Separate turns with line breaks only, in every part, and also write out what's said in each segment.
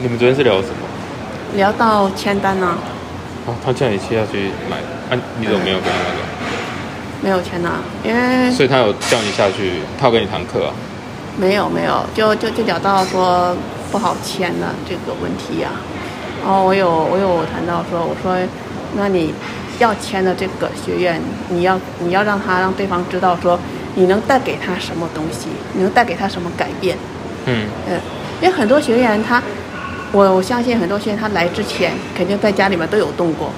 你们昨天是聊什么？
聊到签单呢、
哦，他叫你切下去买，啊，你怎么没有跟他那
没有签啊，因为
个？所以他有叫你下去，他有跟你堂课啊？
没有没有，就就就聊到说不好签的这个问题呀、然后我有我有谈到说，我说那你要签的这个学院，你要你要让他让对方知道说你能带给他什么东西，你能带给他什么改变。
嗯，
嗯，因为很多学员他，我我相信很多学员他来之前肯定在家里面都有动过，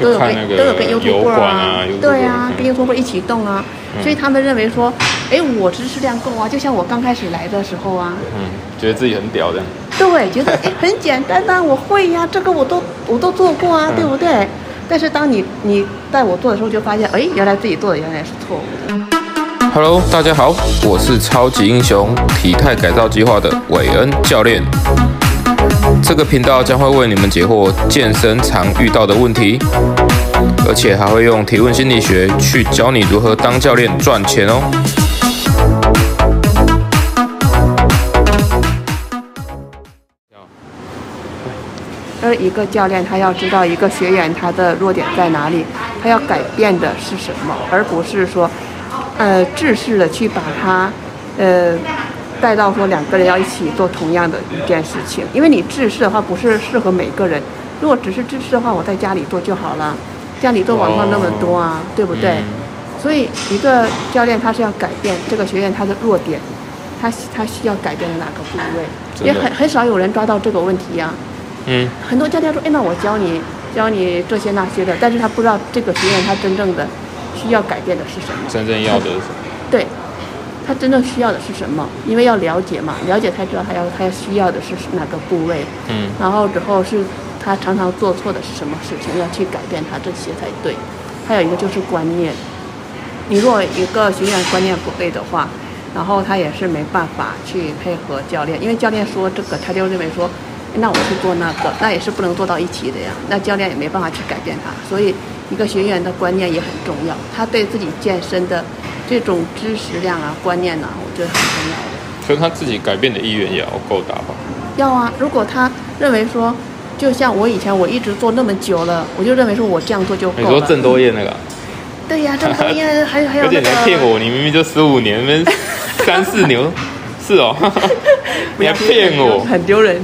都
就
有
看
跟
那个
都有跟 YouTuber
管啊，
对啊，跟
跟
YouTuber 一起动啊，
嗯
所以他们认为说，哎，我知识量够啊，就像我刚开始来的时候啊，
嗯，觉得自己很屌这样。
对，觉得哎很简单呐、我会呀、这个我都我都做过啊，
嗯
对不对？但是当你你带我做的时候，就发现哎，原来自己做的原来是错误的。
Hello，大家好，我是超级英雄体态改造计划的韦恩教练。这个频道将会为你们解惑健身常遇到的问题，而且还会用提问心理学去教你如何当教练赚钱哦。
而一个教练他要知道一个学员他的弱点在哪里，他要改变的是什么，而不是说，呃，制式的去把他，呃，带到说两个人要一起做同样的一件事情，因为你制式的话不是适合每个人。如果只是制式的话，我在家里做就好了，家里做网上那么多
哦
啊，对不对？
嗯
所以一个教练他是要改变这个学员他的弱点，他他需要改变的哪个部位，
真
也
的
很很少有人抓到这个问题呀、啊
嗯，
很多教练说：“哎，那我教你教你这些那些的，但是他不知道这个学员他真正的需要改变的是什么，
真正要的是什么？
对他真正需要的是什么，因为要了解嘛，了解才知道他要他需要的是哪个部位，
嗯，
然后之后是他常常做错的是什么事情，要去改变他这些才对。还有一个就是观念，你如果一个学员观念不对的话，然后他也是没办法去配合教练，因为教练说这个，他就认为说，那我去做那个，那也是不能做到一起的呀。那教练也没办法去改变他，所以一个学员的观念也很重要，他对自己健身的这种知识量啊、观念啊，我觉得很重要的。
所以他自己改变的意愿也要够大吧？
要啊，如果他认为说，就像我以前我一直做那么久了，我就认为说我这样做就够
你
了。
说郑多燕那个啊，
对呀、郑多燕还有还有
而且
那
你还骗
个，
我，你明明就十五年，那边三四 年，是哦，你还骗我，
很丢人。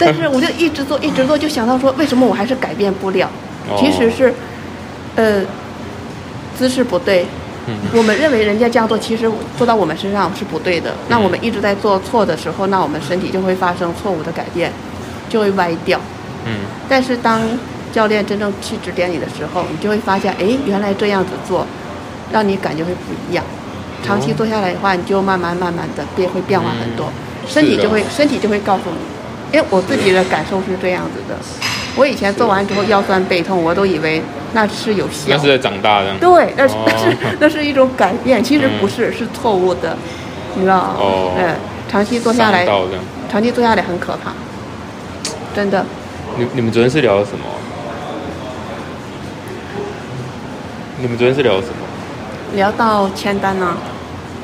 但是我就一直做一直做，就想到说为什么我还是改变不了？
哦
其实是，呃，姿势不对。
嗯
我们认为人家这样做，其实做到我们身上是不对的。那我们一直在做错的时候，那我们身体就会发生错误的改变，就会歪掉。
嗯，
但是当教练真正去指点你的时候，你就会发现，哎，原来这样子做，让你感觉会不一样。
哦
长期做下来的话，你就慢慢慢慢的变会变化很多，
嗯
身体就会身体就会告诉你。因为我自己的感受是这样子的，我以前做完之后腰酸背痛，我都以为那是有效
那，是在长大这样。
对，那是、
哦嗯
那是那是一种改变，其实不是，是错误的，你知道吗？
哦
嗯，长期做下来
上，道这样。
长期做下来很可怕，真的。
你你们昨天是聊了什么？你们昨天是聊了什么？
聊到签单呢、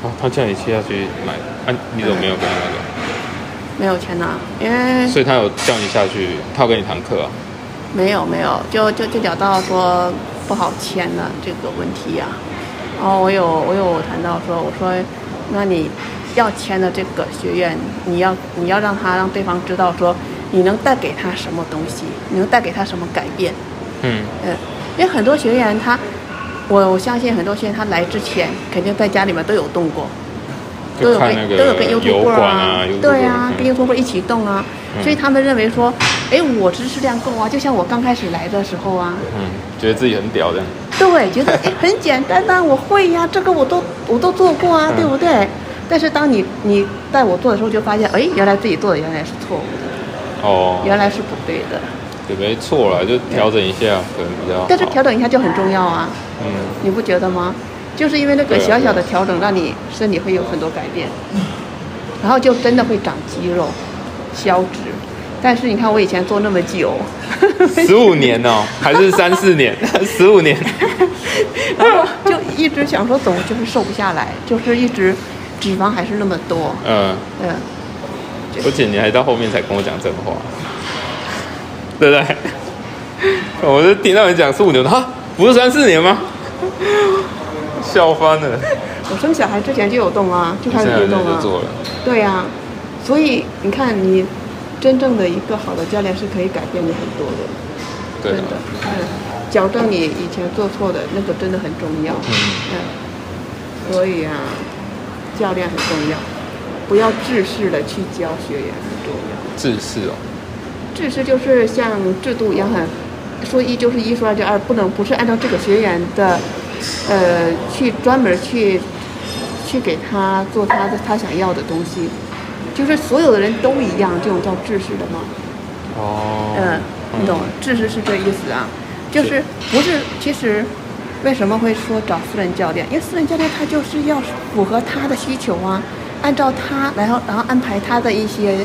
哦，他叫你切下去买，啊，你怎么没有跟他那
没有签呐，因为
个？所以他有叫你下去，他有跟你堂课啊？
没有没有，就就就聊到说不好签的这个问题呀、然后我有我有谈到说，我说那你要签的这个学院，你要你要让他让对方知道说你能带给他什么东西，你能带给他什么改变。
嗯，
嗯，因为很多学员他，我我相信很多学员他来之前肯定在家里面都有动过，都
就
有
看
跟
那个
都有跟 YouTuber
油管啊，YouTuber，
对啊，
嗯
跟 YouTuber 一起动啊，
嗯
所以他们认为说，哎，我知识量够啊，就像我刚开始来的时候啊，
嗯，觉得自己很屌这样。
对，觉得哎很简单呐、我会呀、这个我都我都做过啊，
嗯
对不对？但是当你你带我做的时候，就发现，哎，原来自己做的原来是错误的，
哦，
原来是不对的。
也没错啦，就调整一下可能比较好。
但是调整一下就很重要啊，
嗯，
你不觉得吗？就是因为那个
对啊
小小
对
的
啊
调整，让你身体会有很多改变，然后就真的会长肌肉、消脂。但是你看我以前做那么久，
十五年哦、还是三四年？十五 年，
然后就一直想说，总就是瘦不下来，就是一直脂肪还是那么多，
嗯，
嗯，觉。
而且你还到后面才跟我讲真话，对不对？我就听到你讲四五年，哈，不是三四年吗？笑翻了，
我生小孩之前就有动啊，就开
现
始
在人
运动
就
啊。
做了，
对呀、所以你看，你真正的一个好的教练是可以改变你很多的，
对
真
啊
的，嗯，矫正你以前做错的那个真的很重要，
嗯，
嗯，所以啊，教练很重要，不要自恃的去教学员很重要，
自私哦，
自恃就是像制度一样很。说一就是一，说二就二，不能不是按照这个学员的，呃，去专门去去给他做他的他想要的东西，就是所有的人都一样，这种叫知识的嘛。
哦，
嗯，你懂，知识是这意思啊，就是不是其实为什么会说找私人教练？因为私人教练他就是要符合他的需求啊，按照他，然后然后安排他的一些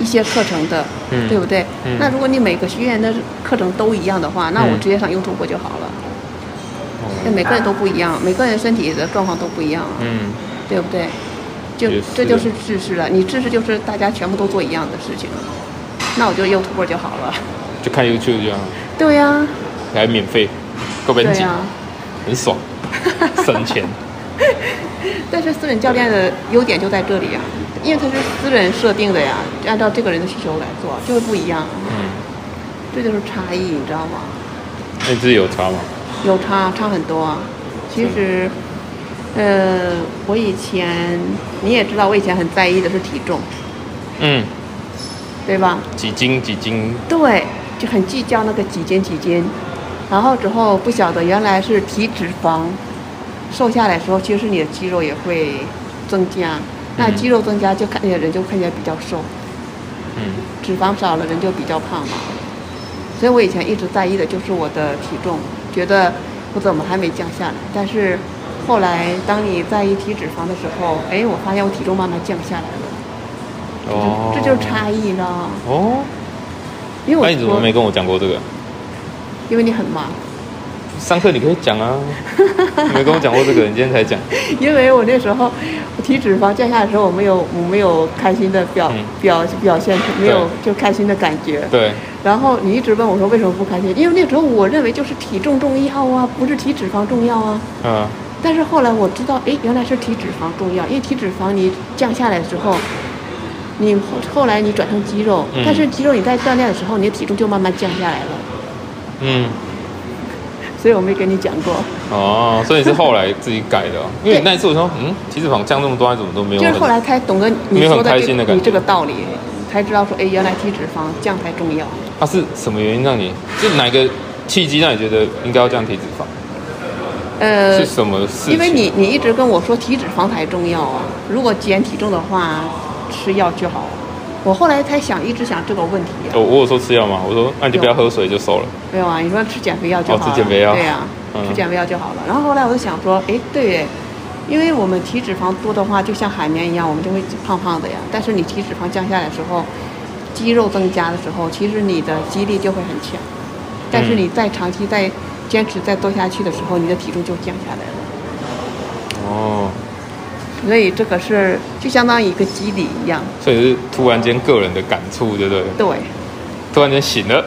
一些课程的，
嗯
对不对？
嗯
那如果你每个学院的课程都一样的话，那我
嗯
直接上 YouTube 就好了。因为
嗯，
每个人都不一样，每个人身体的状况都不一样啊，
嗯，
对不对？就
也是
这就是知识了，你知识就是大家全部都做一样的事情，那我就 YouTube 就好了。
就看 YouTube 就好，
对呀、
还免费，够本
对啊
紧
呀、，
很爽，省 钱，
但是私人教练的优点就在这里呀、啊因为他是私人设定的呀，按照这个人的需求来做，就会不一样，
嗯，
这就是差异，你知道吗？
那你自己有差吗？
有差差很多啊。其实，呃，我以前你也知道，我以前很在意的是体重，
嗯，
对吧？
几斤几斤，
对，就很计较那个几斤几斤，然后之后不晓得原来是体脂肪，瘦下来的时候，其实你的肌肉也会增加，那
嗯
肌肉增加就看起来人就看起来比较瘦，
嗯，
脂肪少了人就比较胖嘛。所以我以前一直在意的就是我的体重，觉得我怎么还没降下来？但是后来当你在意体脂肪的时候，哎，我发现我体重慢慢降下来了，
哦，
这就是差异，你知道吗？
哦，
因为我
那你怎么
说
没跟我讲过这个？
因为你很忙。
上课你可以讲 啊，你没跟我讲过这个，你今天才讲。
因为我那时候我体脂肪降下来的时候，我没有我没有开心的表、
嗯
表表现出，没有就开心的感觉。
对，
然后你一直问我说为什么不开心，因为那时候我认为就是体重重要啊，不是体脂肪重要啊。
嗯，
但是后来我知道，哎，原来是体脂肪重要，因为体脂肪你降下来之后，你后后来你转成肌肉，
嗯
但是肌肉你在锻炼的时候，你的体重就慢慢降下来了。
嗯，
所以我没跟你讲过，
哦，所以是后来自己改 的哦、因为你那一次我说，嗯，体脂肪降那么多，还怎么都没有
就是
很。
后来才懂得你
没有很
说的
开
这
心
个
的感
你这
觉
个道理，才知道说，哎，原来体脂肪降才重要。
啊，是什么原因让你？是哪个契机让你觉得应该要降体脂肪？
呃
是，什么事情？
因为你你一直跟我说体脂肪才重要啊，如果减体重的话，吃药就好了。我后来才想，一直想这个问题、啊
我，哦我有说吃药吗？我说，啊那、你就不要喝水就瘦了。
没有啊？你说吃减肥药就
哦
好了，
吃减肥药
对呀、啊
嗯
吃减肥药就好了。然后后来我就想说，哎，对耶，因为我们体脂肪多的话，就像海绵一样，我们就会胖胖的呀。但是你体脂肪降下来的时候，肌肉增加的时候，其实你的肌力就会很强。但是
嗯
你再长期再坚持再做下去的时候，你的体重就降下来了。
哦，
所以这个是就相当于一个基底一样，
所以是突然间个人的感触，对不对？
对。
突然间醒了，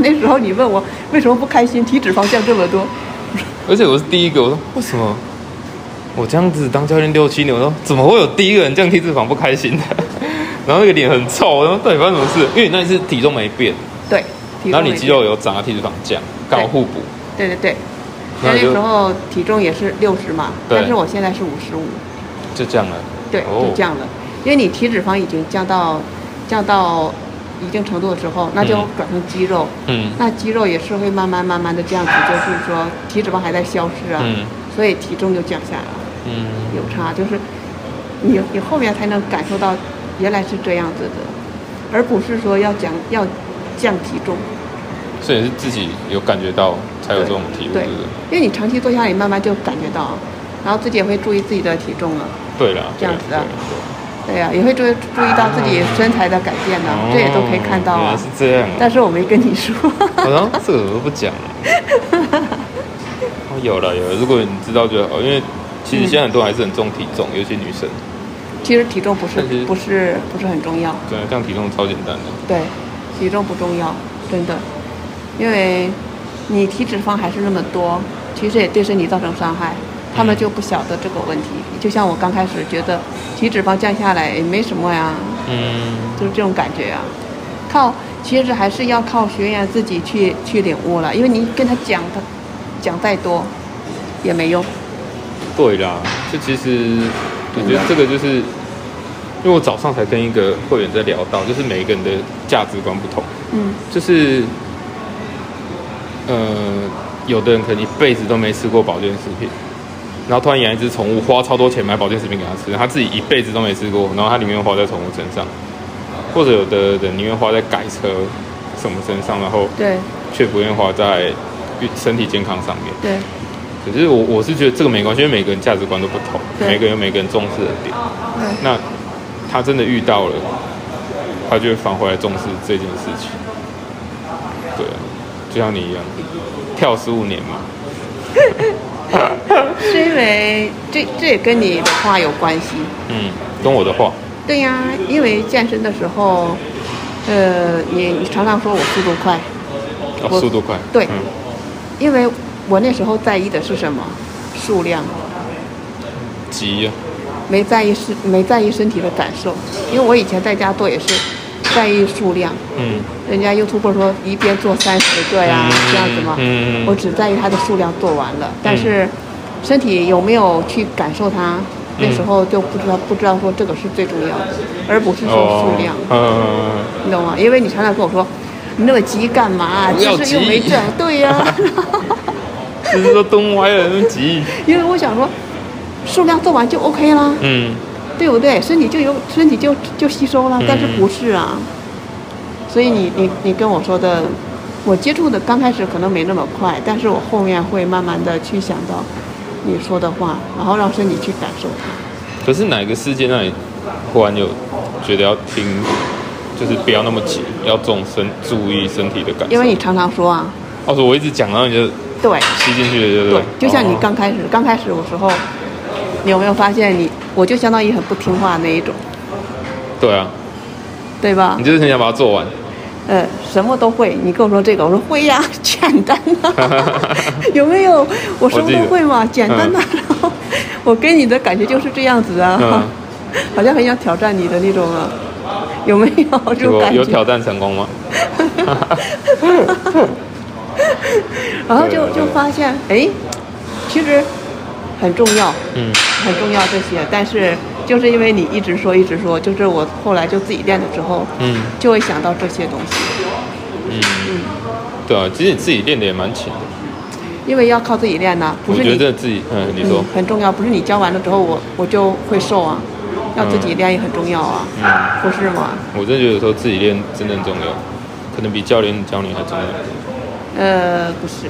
那时候你问我为什么不开心，体脂肪降这么多，
而且我是第一个，我说为什么我这样子当教练六七年，我说怎么会有第一个人降体脂肪不开心的？ 然后那个脸很臭，我说到底发生什么事？因为你那一次体重没变，
对， 体重
然后
也
你肌肉有长，体脂肪降，刚好互补。
对对对，
那
那
就
那时候体重也是六十嘛，
对
但是我现在是五十五，
就这样了。
对，
哦
就降了，因为你体脂肪已经降到降到一定程度的时候，那就
嗯
转成肌肉，
嗯
那肌肉也是会慢慢慢慢的这样子，就是说体脂肪还在消失啊，
嗯
所以体重就降下来了。
嗯，
有差，就是你你后面才能感受到原来是这样子的，而不是说要讲要降体重，
所以是自己有感觉到才有这种体悟，对
对
不对？，
因为你长期做下来，你慢慢就感觉到，然后自己也会注意自己的体重了，
对啦，
这样
对
子啊
对对
对呀、也会注意注意到自己身材的改变呢、
哦
这也都可以看到
原来
啊
是。这样啊。
但是我没跟你说，
我说这个我都不讲了。哦，有了有了，如果你知道就好，因为其实现在很多人还是很重体重，尤其女生。
其实体重不是
但其实
不是不是很重要，
对，啊这样体重超简单的。
对，体重不重要，真的，因为你体脂肪还是那么多，其实也对身体造成伤害。他
嗯
们就不晓得这个问题，就像我刚开始觉得体脂肪降下来也没什么呀，
嗯，
就是这种感觉啊。靠，其实还是要靠学员自己去去领悟了，因为你跟他讲，他讲再多也没用。
对啦，就其实我觉得这个就是，因为我早上才跟一个会员在聊到，就是每一个人的价值观不同，
嗯
就是，呃，有的人可能一辈子都没吃过保健食品。然后突然养一只宠物，花超多钱买保健食品给它吃，他自己一辈子都没吃过，然后他宁愿花在宠物身上，或者有的人宁愿花在改车什么身上，然后，
对
却不愿意花在身体健康上面。
对
可是我我是觉得这个没关系，因为每个人价值观都不同，
对
每个人有每个人重视的点。
对
那他真的遇到了，他就会返回来重视这件事情。对啊，就像你一样，跳十五年嘛。
是因为这这也跟你的话有关系。
嗯，跟我的话，
对呀、因为健身的时候，呃，你你常常说我速度快，
哦，
我
速度快。
对
嗯，
因为我那时候在意的是什么？数量，
急啊。
没在意是没在意身体的感受。因为我以前在家做也是在意数量，
嗯，
人家 YouTube 说一边做三十个呀，
嗯
这样子嘛。
嗯
我只在意它的数量做完了，但是身体有没有去感受它，那
嗯
时候就不知道不知道说这个是最重要的，而不是说
哦
数量，，
嗯，
你懂吗？因为你常常跟我说，你那么急干嘛？
不要
其实又
急
没赚，对呀、
就是都蹲歪了，那么急。
因为我想说，数量做完就 OK 啦，
嗯，
对不对？身体就有身体就就吸收了，但是不是啊？所以你你你跟我说的，我接触的刚开始可能没那么快，但是我后面会慢慢的去想到你说的话，然后让身体去感受它。
可是哪个事件让你忽然有觉得要听，就是不要那么急，要重身注意身体的感受？
因为你常常说啊，
哦，是我一直讲，然后你就
对
吸进去了，对不对？，
对就像你
哦
刚开始刚开始有时候，你有没有发现你我就相当于很不听话那一种，
对啊，
对吧
你？就是很想把它做完，
呃，什么都会。你跟我说这个，我说会呀、 简单呐、 有没有？我什么都会嘛，简单呐、然后 我给你的感觉就是这样子啊，
嗯
好像很想挑战你的那种啊，有没有这
结
种
果
感
有
觉
挑？战成功吗？
然后就
对对
就
对
发现，哎，其实很重要，
嗯，
很重要这些，但是就是因为你一直说一直说，就是我后来就自己练了之后，
嗯
就会想到这些东西，
对啊，其实你自己练的也蛮勤的，
因为要靠自己练呐、不
我
是
觉
你
得自己，嗯，你说
嗯，，很重要，不是你教完了之后我我就会瘦啊，要自己练也很重要啊，
嗯
不是吗？
我真的觉得说自己练真的很重要，可能比教练教你还重要，
呃，不是，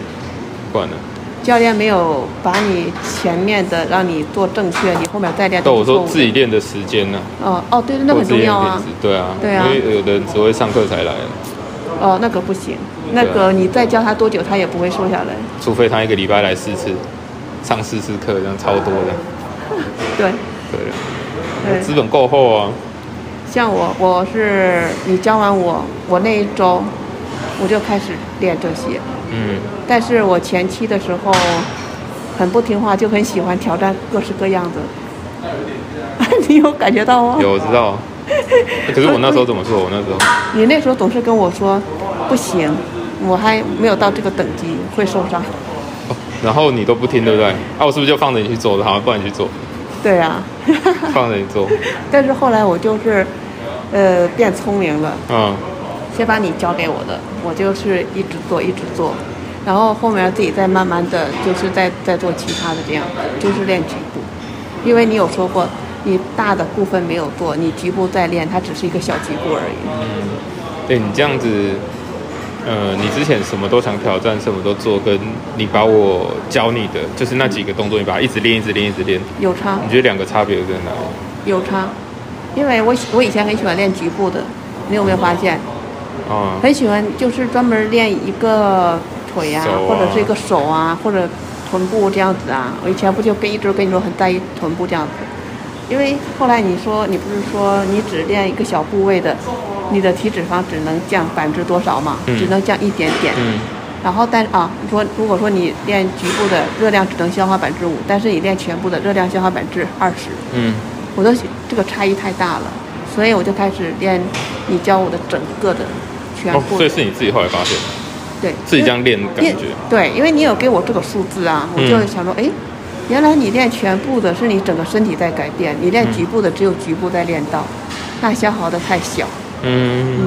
不然呢？
教练没有把你前面的让你做正确，你后面再练
但
都
我
是错
说
误
自己练的时间呢、
的。哦哦，对对，那
或
很
自己
重
练
要
的
啊
品质。，对啊，
对啊
因为有的人只会上课才来，啊
哦，那个不行，那
对啊
个你再教他多久，他也不会瘦下来。
除非他一个礼拜来四次，上四次课，这样超多的，
对
对啊，
对，
资本够厚啊，
像我我是你教完我，我那一周我就开始练这些，
嗯，
但是我前期的时候很不听话，就很喜欢挑战各式各样的。 你有感觉到吗？
有我知道，可是我那时候怎么做？我那时候。
你那时候总是跟我说不行，我还没有到这个等级，会受伤。
然后你都不听，对不对？啊，我是不是就放着你去做？好，不然你去做，
对啊，
放着你做。
但是后来我就是，呃，变聪明了，
嗯，
先把你教给我的，我就是一直做，一直做，然后后面自己再慢慢的就是在在做其他的这样，就是练局部，因为你有说过，你大的部分没有做，你局部在练，它只是一个小局部而已。
对哎你这样子，呃，你之前什么都想挑战，什么都做，跟你把我教你的，就是那几个动作，你把它一直练，一直练，一直练，
有差
你觉得两个差别在哪里？
有差，因为我喜我以前很喜欢练局部的，你有没有发现？
啊、
很喜欢就是专门练一个腿呀、
手啊
或者是一个手啊，或者臀部这样子啊。我以前不就跟一直跟你说很在意臀部这样子，因为后来你说你不是说你只练一个小部位的，你的体脂肪只能降百分之多少嘛？
嗯
只能降一点点。
嗯，
然后但啊，你说如果说你练局部的热量只能消化百分之五，但是你练全部的热量消化百分之二十，
嗯，
我都这个差异太大了，所以我就开始练你教我的整个的全
哦，
部
所
的、
以是你自己后来发现，
对
自己这样练的感
因为
觉，
对，因为你有给我这个数字啊，我
嗯
就想说，哎、原来你练全部的是你整个身体在改变，你练局部的只有局部在练到，那消耗的太小。
嗯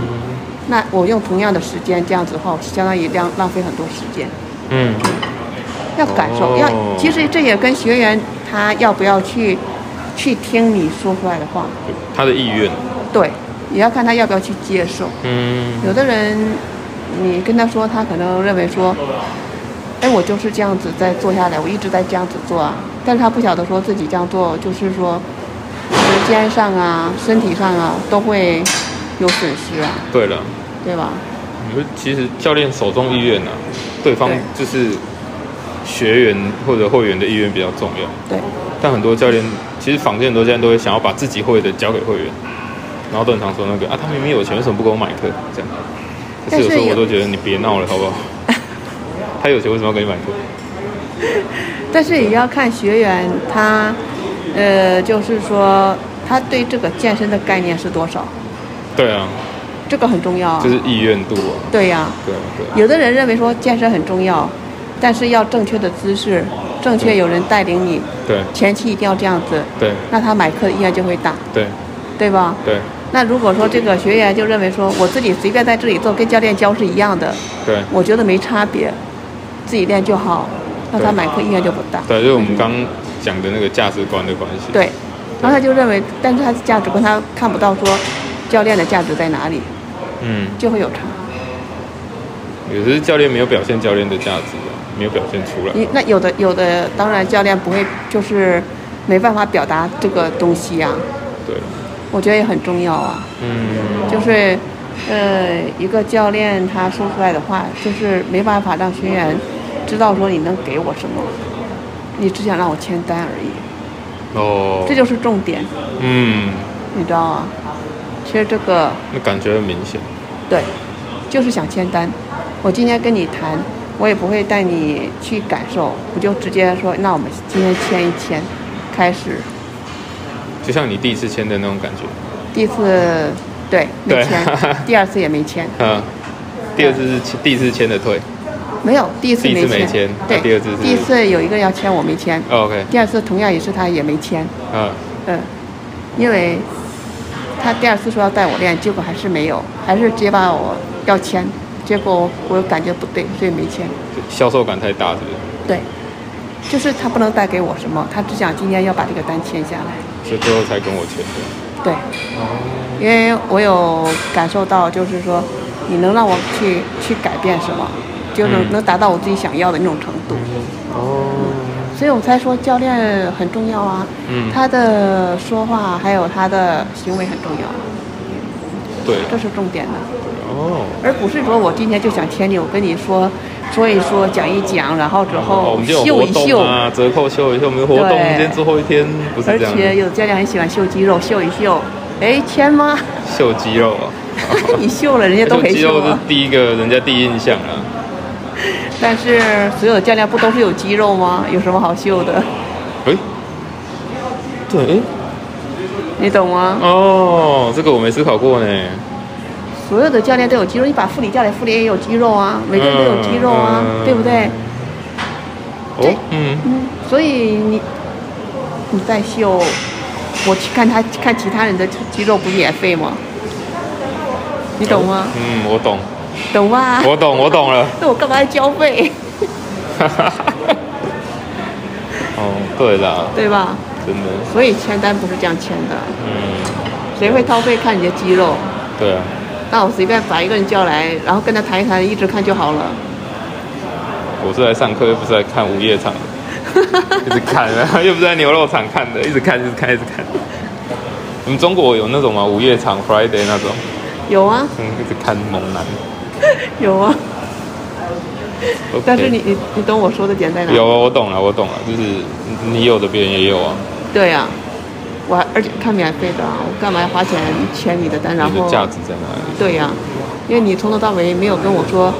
那我用同样的时间这样子的话，我相当于浪浪费很多时间。
嗯
要感受，
哦
要其实这也跟学员他要不要去去听你说出来的话，
他的意愿，
对，也要看他要不要去接受。
嗯
有的人，你跟他说，他可能认为说，哎，我就是这样子在做下来，我一直在这样子做啊。但是他不晓得说自己这样做，就是说时间上啊、身体上啊都会有损失啊，
对了，
对吧？
你说其实教练手中意愿啊，对方
对
就是学员或者会员的意愿比较重要。
对，
但很多教练，其实坊间很多教练都会想要把自己会的交给会员，然后都很常说那个啊，他明明有钱，为什么不给我买课？这样。可是有时候
但是有
我都觉得你别闹了，好 不好？他有钱为什么要给你买课？
但是也要看学员他，呃，就是说他对这个健身的概念是多少，
对啊，
这个很重要啊
就。是意愿度啊，
对呀、
对啊，对啊，
有的人认为说健身很重要，但是要正确的姿势，正确有人带领你，
对
前期一定要这样子，
对
那他买课的意愿就会大，
对
对吧？
对
那如果说这个学员就认为说我自己随便在这里做，跟教练教是一样的，
对
我觉得没差别，自己练就好，那他
对
买课意愿就不大。
对，就是我们刚讲的那个价值观的关系。
对，然后他就认为，但是他的价值观他看不到说教练的价值在哪里，
嗯，
就会有差。
有时教练没有表现教练的价值啊，没有表现出来。
你那有的有的，当然教练不会就是没办法表达这个东西啊呀、
对了，
我觉得也很重要啊。
嗯，
就是呃，一个教练他说出来的话，就是没办法让学员知道说你能给我什么，你只想让我签单而已，
哦，
这就是重点，
嗯，
你知道吗？其实这个
那感觉很明显。
对，就是想签单。我今天跟你谈，我也不会带你去感受，我就直接说，那我们今天签一签，开始。
就像你第一次签的那种感觉。
第一次对没
对
签， 第二次也没签，
嗯，第二次是签第一次签的退。
没有第一次
第一次
没签，
没签
对，
那第二次是
第一次有一个要签我没签，
哦 OK，
第二次同样也是他也没签，
嗯，
嗯，因为他第二次说要带我练，结果还是没有，还是直接把我要签，结果我感觉不对，所以没签。
销售感太大是不
对，就是他不能带给我什么，他只想今天要把这个单签下来。
是？所以最后才跟我签的。
对，因为我有感受到，就是说你能让我去去改变什么，就能、
嗯
能达到我自己想要的那种程度，
哦，
所以我才说教练很重要啊。
嗯
他的说话还有他的行为很重要，
对，
这是重点的，
哦，
而不是说我今天就想签你，我跟你说说一说讲一讲，然后之
哦我
后
们就有
秀
活
一秀。
动啊，折扣秀一秀，我们有活动
对
今天最后一天不
而
是这
且
样，
有的教练很喜欢秀肌肉，秀一秀。哎，签吗？
秀肌肉啊。
你秀了，人家都
秀
没
肌
秀
肉是
啊。
第一个人家第一印象啊，
但是所有的教练不都是有肌肉吗？有什么好秀的？
哎，对，诶
你懂吗？
哦，这个我没思考过呢。
所有的教练都有肌肉，你把副理教练、副理也有肌肉啊，每个人都有肌肉啊，
嗯
对不对？？
哦，嗯，
嗯，所以你你再秀，我去看他看其他人的肌肉不是也废吗？你懂吗？
嗯，我懂，
懂吧？
我懂，我懂了。
那我干嘛要交费？
哦，对啦，
对吧？
真的，
所以签单不是这样签的。
嗯，
谁会掏费看你的肌肉？
对啊，
那我随便把一个人叫来，然后跟他谈一谈，一直看就好了。
我是来上课，又不是来看午夜场的，一直看， 然后又不是在牛肉场看的，一直看，一直看，一直看。你们中国有那种吗？午夜场 Friday 那种，
有啊，
嗯，一直看猛男。
有啊，
OK
但是你你你懂我说的点在哪？
有，我懂了，我懂了，就是你有的别人也有啊，
对啊，我还而且看免费的啊，我干嘛要花钱签你的单？然
你
后
的价值在哪里？
对呀、因为你从头到尾没有跟我说，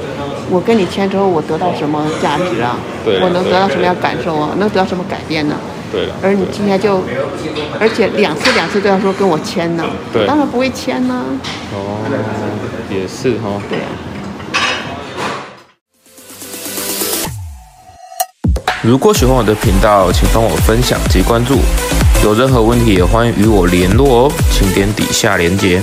我跟你签之后我得到什么价值啊？
对
我能
对
得到什么样感受啊？能得到什么改变呢？
对了，
而你
对
今天就，而且两次两次都要说跟我签呢，
对
我当然不会签呢、
哦，也是哈、哦。
对呀、
如果喜欢我的频道，请帮我分享及关注。有任何问题也欢迎与我联络哦，请点底下连结。